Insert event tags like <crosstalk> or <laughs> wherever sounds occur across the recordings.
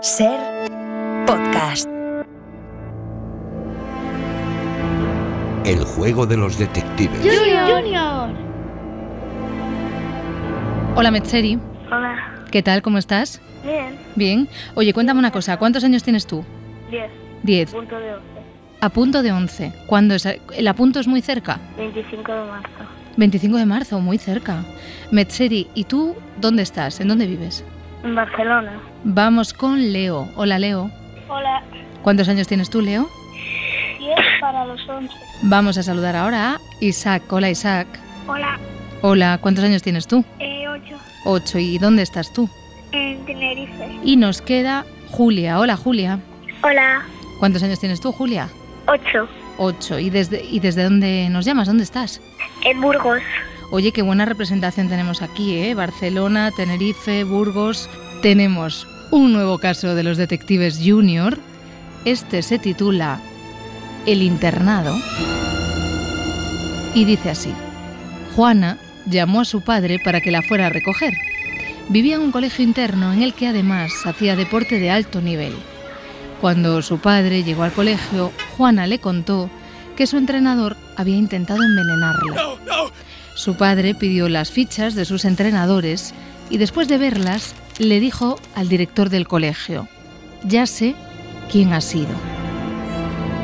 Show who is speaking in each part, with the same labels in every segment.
Speaker 1: Ser podcast.
Speaker 2: El juego de los detectives.
Speaker 3: Junior. Junior.
Speaker 4: Hola, Metzeri.
Speaker 5: Hola,
Speaker 4: ¿Qué tal? ¿Cómo estás?
Speaker 5: bien,
Speaker 4: Bien. Oye, cuéntame una cosa. ¿Cuántos años tienes tú?
Speaker 5: 10,
Speaker 4: Diez.
Speaker 5: punto de 11,
Speaker 4: A punto de once. ¿Cuándo es? ¿El apunto es muy cerca?
Speaker 5: 25 de marzo,
Speaker 4: 25 de marzo, muy cerca. Metzeri, ¿y tú dónde estás? ¿En dónde vives?
Speaker 5: en Barcelona.
Speaker 4: Vamos con Leo. Hola, Leo.
Speaker 5: Hola,
Speaker 4: ¿Cuántos años tienes tú, Leo?
Speaker 5: 10 para los 11.
Speaker 4: Vamos a saludar ahora a Isaac. Hola, Isaac.
Speaker 5: Hola,
Speaker 4: Hola, ¿cuántos años tienes tú?
Speaker 5: 8,
Speaker 4: Ocho. ¿Y dónde estás tú?
Speaker 5: en Tenerife.
Speaker 4: Y nos queda Julia. Hola, Julia.
Speaker 5: Hola,
Speaker 4: ¿Cuántos años tienes tú, Julia?
Speaker 5: 8,
Speaker 4: Ocho. ¿Y desde, ¿Y desde dónde nos llamas? ¿Dónde estás?
Speaker 5: en Burgos.
Speaker 4: Oye, qué buena representación tenemos aquí, ¿eh? Barcelona, Tenerife, Burgos. Tenemos un nuevo caso de los detectives Junior. Este se titula El internado. Y dice así. Juana llamó a su padre para que la fuera a recoger. Vivía en un colegio interno en el que además hacía deporte de alto nivel. Cuando su padre llegó al colegio, Juana le contó que su entrenador había intentado envenenarla. Su padre pidió las fichas de sus entrenadores y después de verlas le dijo al director del colegio, ya sé quién ha sido.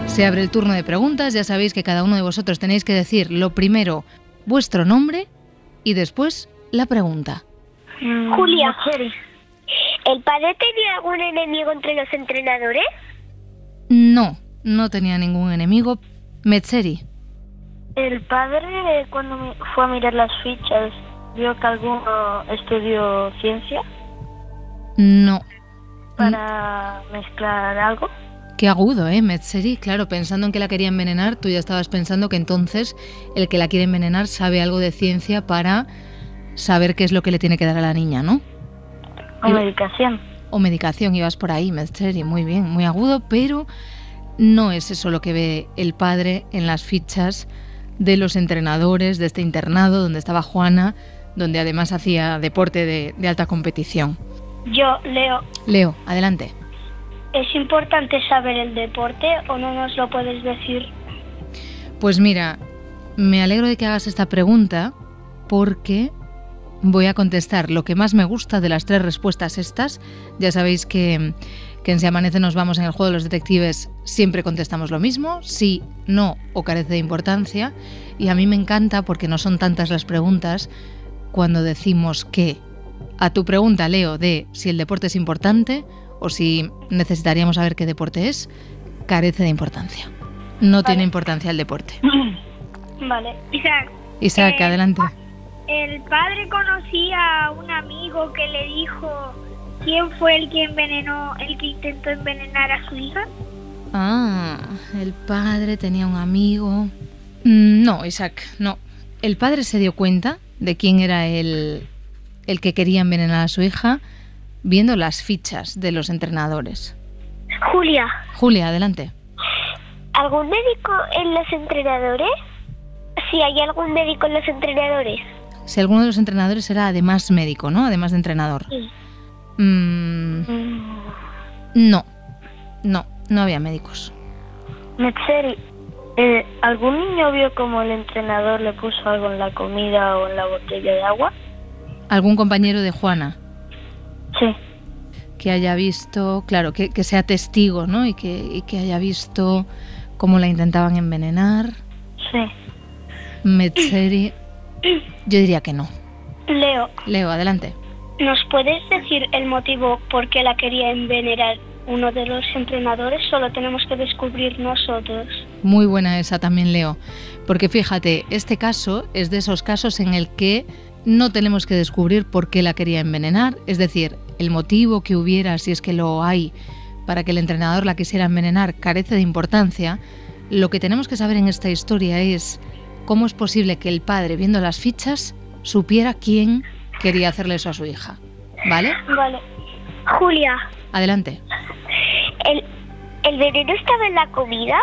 Speaker 4: Se abre el turno de preguntas, ya sabéis que cada uno de vosotros tenéis que decir lo primero vuestro nombre y después la pregunta.
Speaker 5: Julia.
Speaker 6: ¿El padre tenía algún enemigo entre los entrenadores?
Speaker 4: No, no tenía ningún enemigo. Metzeri,
Speaker 5: El padre, eh, cuando me- fue a mirar las fichas, vio que alguno estudió ciencia
Speaker 6: Mm.
Speaker 4: no.
Speaker 5: para mezclar algo.
Speaker 4: Qué agudo, ¿eh, Metzeri? Claro, pensando en que la quería envenenar, tú ya estabas pensando que entonces el que la quiere envenenar sabe algo de ciencia para saber qué es lo que le tiene que dar a la niña, ¿no?
Speaker 5: O
Speaker 6: Mm.
Speaker 4: Y-
Speaker 5: medicación.
Speaker 4: O medicación, ibas por ahí, Metzeri, muy bien, muy agudo, pero no es eso lo que ve el padre en las fichas de los entrenadores de este internado donde estaba Juana, donde además hacía deporte de, de alta competición.
Speaker 6: Yo, Leo,
Speaker 4: Leo, adelante.
Speaker 6: ¿es importante saber el deporte o no nos lo puedes decir?
Speaker 4: Pues mira, me alegro de que hagas esta pregunta porque voy a contestar lo que más me gusta de las tres respuestas estas. Ya sabéis que, que en Se Amanece nos vamos en el juego de los detectives, siempre contestamos lo mismo, sí, no o carece de importancia. Y a mí me encanta porque no son tantas las preguntas cuando decimos que a tu pregunta, Leo, de si el deporte es importante o si necesitaríamos saber qué deporte es, carece de importancia. No tiene importancia el deporte.
Speaker 6: Vale. Isaac,
Speaker 4: Isaac,
Speaker 6: Eh,
Speaker 4: adelante.
Speaker 6: ¿el padre conocía a un amigo que le dijo quién fue el que envenenó, el que intentó envenenar a su hija?
Speaker 4: Ah, el padre tenía un amigo. Mm, No, Isaac, no. El padre se dio cuenta de quién era el, el que quería envenenar a su hija viendo las fichas de los entrenadores.
Speaker 6: Julia,
Speaker 4: Julia, adelante.
Speaker 6: ¿algún médico en los entrenadores? Si hay algún médico en los entrenadores.
Speaker 4: Si alguno de los entrenadores era además médico, ¿no? Además de entrenador.
Speaker 6: Sí.
Speaker 4: Mm, no, no, no había médicos.
Speaker 5: Metzeri, eh, ¿algún niño vio como el entrenador le puso algo en la comida o en la botella de agua?
Speaker 4: ¿Algún compañero de Juana?
Speaker 5: Sí.
Speaker 4: que haya visto, claro, que, que sea testigo, ¿no? Y que, y que haya visto cómo la intentaban envenenar.
Speaker 5: Sí.
Speaker 4: Metzeri. Yo diría que no.
Speaker 6: Leo,
Speaker 4: Leo, adelante.
Speaker 6: ¿Nos puedes decir el motivo por qué la quería envenenar uno de los entrenadores? Solo tenemos que descubrir nosotros.
Speaker 4: Muy buena esa también, Leo. Porque fíjate, este caso es de esos casos en el que no tenemos que descubrir por qué la quería envenenar, es decir, el motivo que hubiera, si es que lo hay, para que el entrenador la quisiera envenenar carece de importancia. Lo que tenemos que saber en esta historia es cómo es posible que el padre, viendo las fichas, supiera quién quería hacerle eso a su hija. ¿Vale?
Speaker 6: Vale. Julia,
Speaker 4: Adelante.
Speaker 6: ¿el, el veneno estaba en la comida?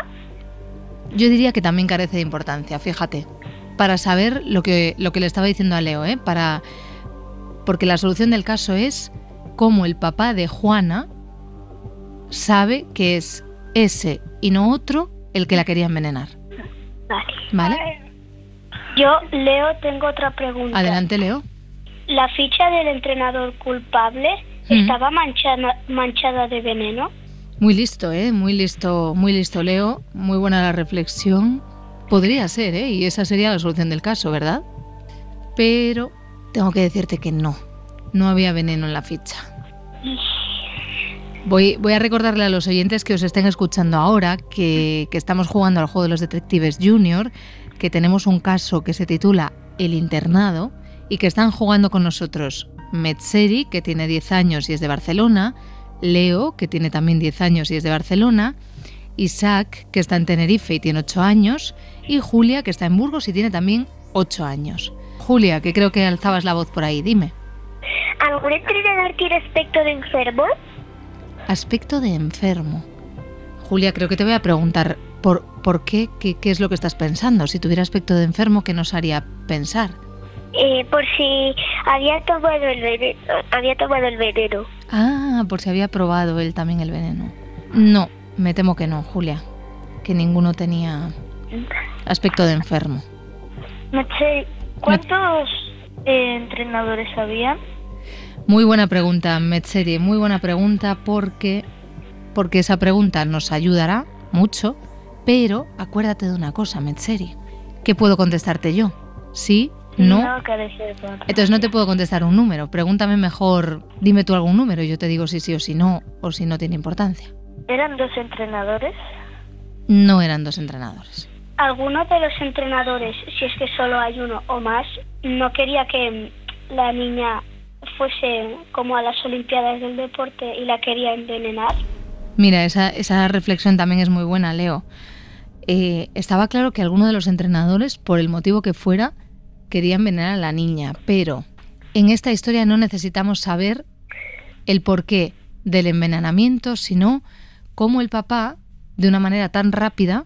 Speaker 4: Yo diría que también carece de importancia, fíjate. Para saber lo que, lo que le estaba diciendo a Leo, ¿eh? Para, porque la solución del caso es cómo el papá de Juana sabe que es ese y no otro el que la quería envenenar.
Speaker 5: Vale.
Speaker 4: ¿Vale?
Speaker 5: Yo, Leo, tengo otra pregunta.
Speaker 4: Adelante, Leo.
Speaker 5: ¿La ficha del entrenador culpable
Speaker 4: Mm.
Speaker 5: estaba manchana- manchada de veneno?
Speaker 4: Muy listo, ¿eh? Muy listo, muy listo, Leo. Muy buena la reflexión. Podría ser, ¿eh? Y esa sería la solución del caso, ¿verdad? Pero tengo que decirte que no. No había veneno en la ficha. Voy, voy a recordarle a los oyentes que os estén escuchando ahora que, que estamos jugando al juego de los detectives junior, que tenemos un caso que se titula El internado y que están jugando con nosotros Metzeri, que tiene 10 años y es de Barcelona, Leo, que tiene también 10 años y es de Barcelona, Isaac, que está en Tenerife y tiene 8 años, y Julia, que está en Burgos y tiene también 8 años. Julia, que creo que alzabas la voz por ahí, dime.
Speaker 5: ¿Algún entrenador tiene aspecto de enfermo?
Speaker 4: Aspecto de enfermo. Julia, creo que te voy a preguntar por, por qué, qué, qué es lo que estás pensando. Si tuviera aspecto de enfermo, ¿qué nos haría pensar?
Speaker 5: Eh, por si había tomado el veneno. Había tomado el veneno.
Speaker 4: Ah, por si había probado él también el veneno. No, me temo que no, Julia. Que ninguno tenía aspecto de enfermo.
Speaker 5: ¿cuántos eh, entrenadores había?
Speaker 4: Muy buena pregunta, Metzeri, muy buena pregunta porque, porque esa pregunta nos ayudará mucho, pero acuérdate de una cosa, Metzeri, que puedo contestarte yo. Sí, no.
Speaker 5: que reserva.
Speaker 4: Entonces no te puedo contestar un número, pregúntame mejor, dime tú algún número y yo te digo si sí o si no, o si no tiene importancia.
Speaker 5: ¿Eran dos entrenadores?
Speaker 4: No eran dos entrenadores.
Speaker 5: Alguno de los entrenadores, si es que solo hay uno o más, no quería que mm, la niña fuese como a las Olimpiadas del Deporte y la quería envenenar.
Speaker 4: Mira, esa, esa reflexión también es muy buena, Leo. Eh, estaba claro que alguno de los entrenadores, por el motivo que fuera, quería envenenar a la niña, pero en esta historia no necesitamos saber el porqué del envenenamiento, sino cómo el papá, de una manera tan rápida,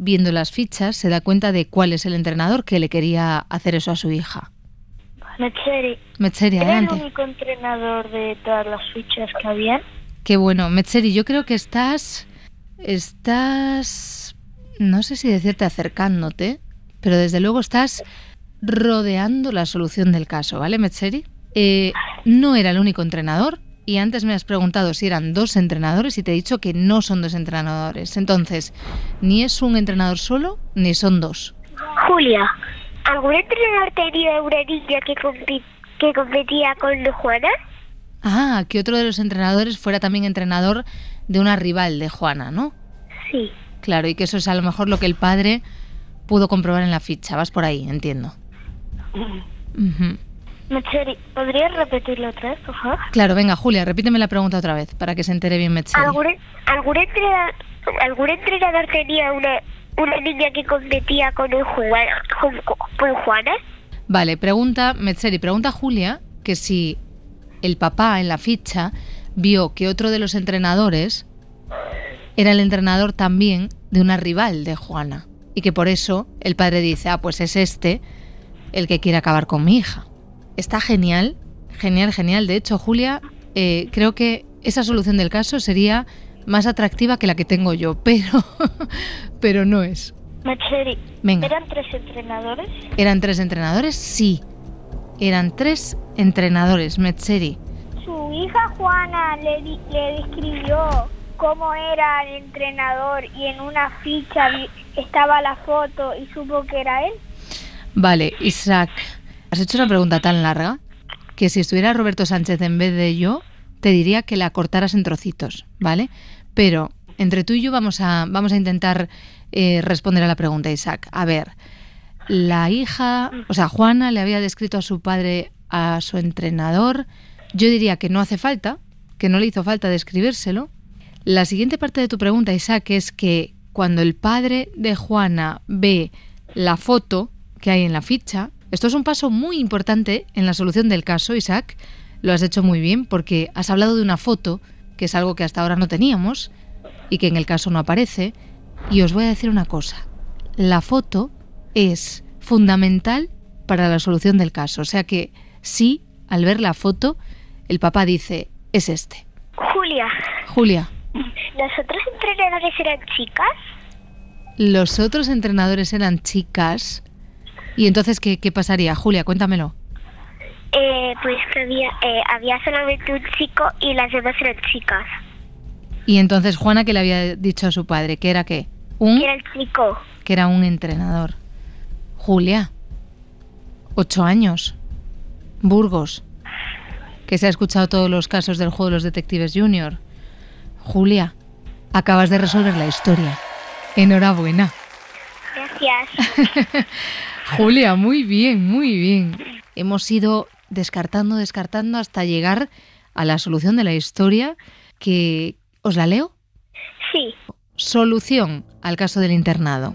Speaker 4: viendo las fichas, se da cuenta de cuál es el entrenador que le quería hacer eso a su hija.
Speaker 5: Metzeri,
Speaker 4: Metzeri,
Speaker 5: ¿era el
Speaker 4: adelante.
Speaker 5: único entrenador de todas las fichas que habían?
Speaker 4: Qué bueno, Metzeri, yo creo que estás. Estás. No sé si decirte acercándote, pero desde luego estás rodeando la solución del caso, ¿vale, Metzeri? Eh, no era el único entrenador y antes me has preguntado si eran dos entrenadores y te he dicho que no son dos entrenadores. Entonces, ni es un entrenador solo, ni son dos.
Speaker 5: Julia, ¿algún entrenador tenía una niña que, que competía con Juana?
Speaker 4: Ah, que otro de los entrenadores fuera también entrenador de una rival de Juana, ¿no?
Speaker 5: Sí.
Speaker 4: Claro, y que eso es a lo mejor lo que el padre pudo comprobar en la ficha. Vas por ahí, entiendo. Ujú.
Speaker 5: Metzeri, ¿podrías repetirlo otra vez, por favor?
Speaker 4: Claro, venga, Julia, repíteme la pregunta otra vez para que se entere bien Metzeli.
Speaker 5: ¿Algún, algún, entrenador, ¿Algún entrenador tenía una, una niña que competía con, un Juana, con, con Juana?
Speaker 4: Vale, pregunta Metzeli, pregunta Julia que si el papá en la ficha vio que otro de los entrenadores era el entrenador también de una rival de Juana y que por eso el padre dice, ah, pues es este el que quiere acabar con mi hija. Está genial, genial, genial. De hecho, Julia, eh, creo que esa solución del caso sería más atractiva que la que tengo yo, <laughs> pero, pero no es.
Speaker 5: Metzeri,
Speaker 4: Venga.
Speaker 5: tres entrenadores?
Speaker 4: ¿Eran tres entrenadores? Sí. Eran tres entrenadores, Metzeri.
Speaker 6: Su hija Juana le, di- le describió cómo era el entrenador y en una ficha vi- estaba la foto y supo que era él.
Speaker 4: Vale, Isaac, has hecho una pregunta tan larga que si estuviera Roberto Sánchez en vez de yo, te diría que la cortaras en trocitos, ¿vale? Pero entre tú y yo vamos a, vamos a intentar eh, responder a la pregunta, Isaac. A ver, la hija, o sea, Juana le había descrito a su padre, a su entrenador. Yo diría que no hace falta, que no le hizo falta describírselo. La siguiente parte de tu pregunta, Isaac, es que cuando el padre de Juana ve la foto que hay en la ficha, esto es un paso muy importante en la solución del caso, Isaac. Lo has hecho muy bien porque has hablado de una foto, que es algo que hasta ahora no teníamos y que en el caso no aparece. Y os voy a decir una cosa. La foto es fundamental para la solución del caso. O sea que sí, al ver la foto, el papá dice, es este.
Speaker 5: Julia,
Speaker 4: Julia,
Speaker 5: ¿Los otros entrenadores eran chicas?
Speaker 4: Los otros entrenadores eran chicas. ¿Y entonces qué, qué pasaría? Julia, cuéntamelo.
Speaker 5: Eh, pues que había, eh, había solamente un chico y las demás eran chicas.
Speaker 4: Y entonces Juana, que le había dicho a su padre? ¿Que era qué? ¿Un?
Speaker 5: Que era el chico.
Speaker 4: Que era un entrenador. Julia, ocho años. Burgos, que se ha escuchado todos los casos del juego de los detectives junior. Julia, acabas de resolver la historia. Enhorabuena.
Speaker 5: Gracias.
Speaker 4: Julia, muy bien, muy bien. Hemos ido descartando, descartando hasta llegar a la solución de la historia que... ¿Os la leo?
Speaker 5: Sí.
Speaker 4: Solución al caso del internado.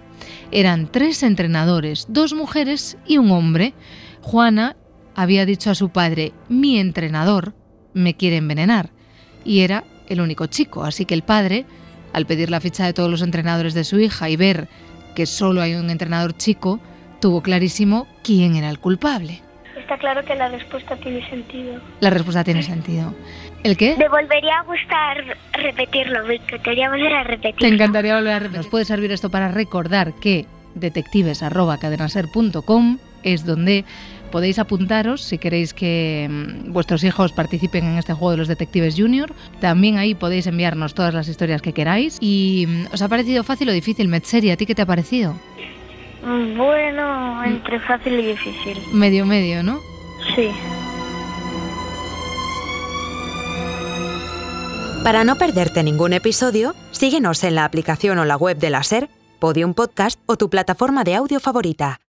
Speaker 4: Eran tres entrenadores, dos mujeres y un hombre. Juana había dicho a su padre, mi entrenador me quiere envenenar. Y era el único chico, así que el padre, al pedir la ficha de todos los entrenadores de su hija y ver que solo hay un entrenador chico, tuvo clarísimo quién era el culpable.
Speaker 5: Está claro que la respuesta tiene sentido.
Speaker 4: La respuesta tiene sentido. ¿El qué?
Speaker 5: Me volvería a gustar repetirlo, me encantaría volver a repetirlo.
Speaker 4: Te encantaría volver a repetir. Nos puede servir esto para recordar que detectives.cadenaser.com es donde podéis apuntaros si queréis que mm, vuestros hijos participen en este juego de los detectives junior. También ahí podéis enviarnos todas las historias que queráis. ¿Y mm, os ha parecido fácil o difícil, Metzeri? ¿A ti qué te ha parecido?
Speaker 5: Mm, Bueno, entre fácil y difícil.
Speaker 4: Medio medio, ¿no?
Speaker 5: Sí.
Speaker 1: Para no perderte ningún episodio, síguenos en la aplicación o la web de la SER, Podium Podcast o tu plataforma de audio favorita.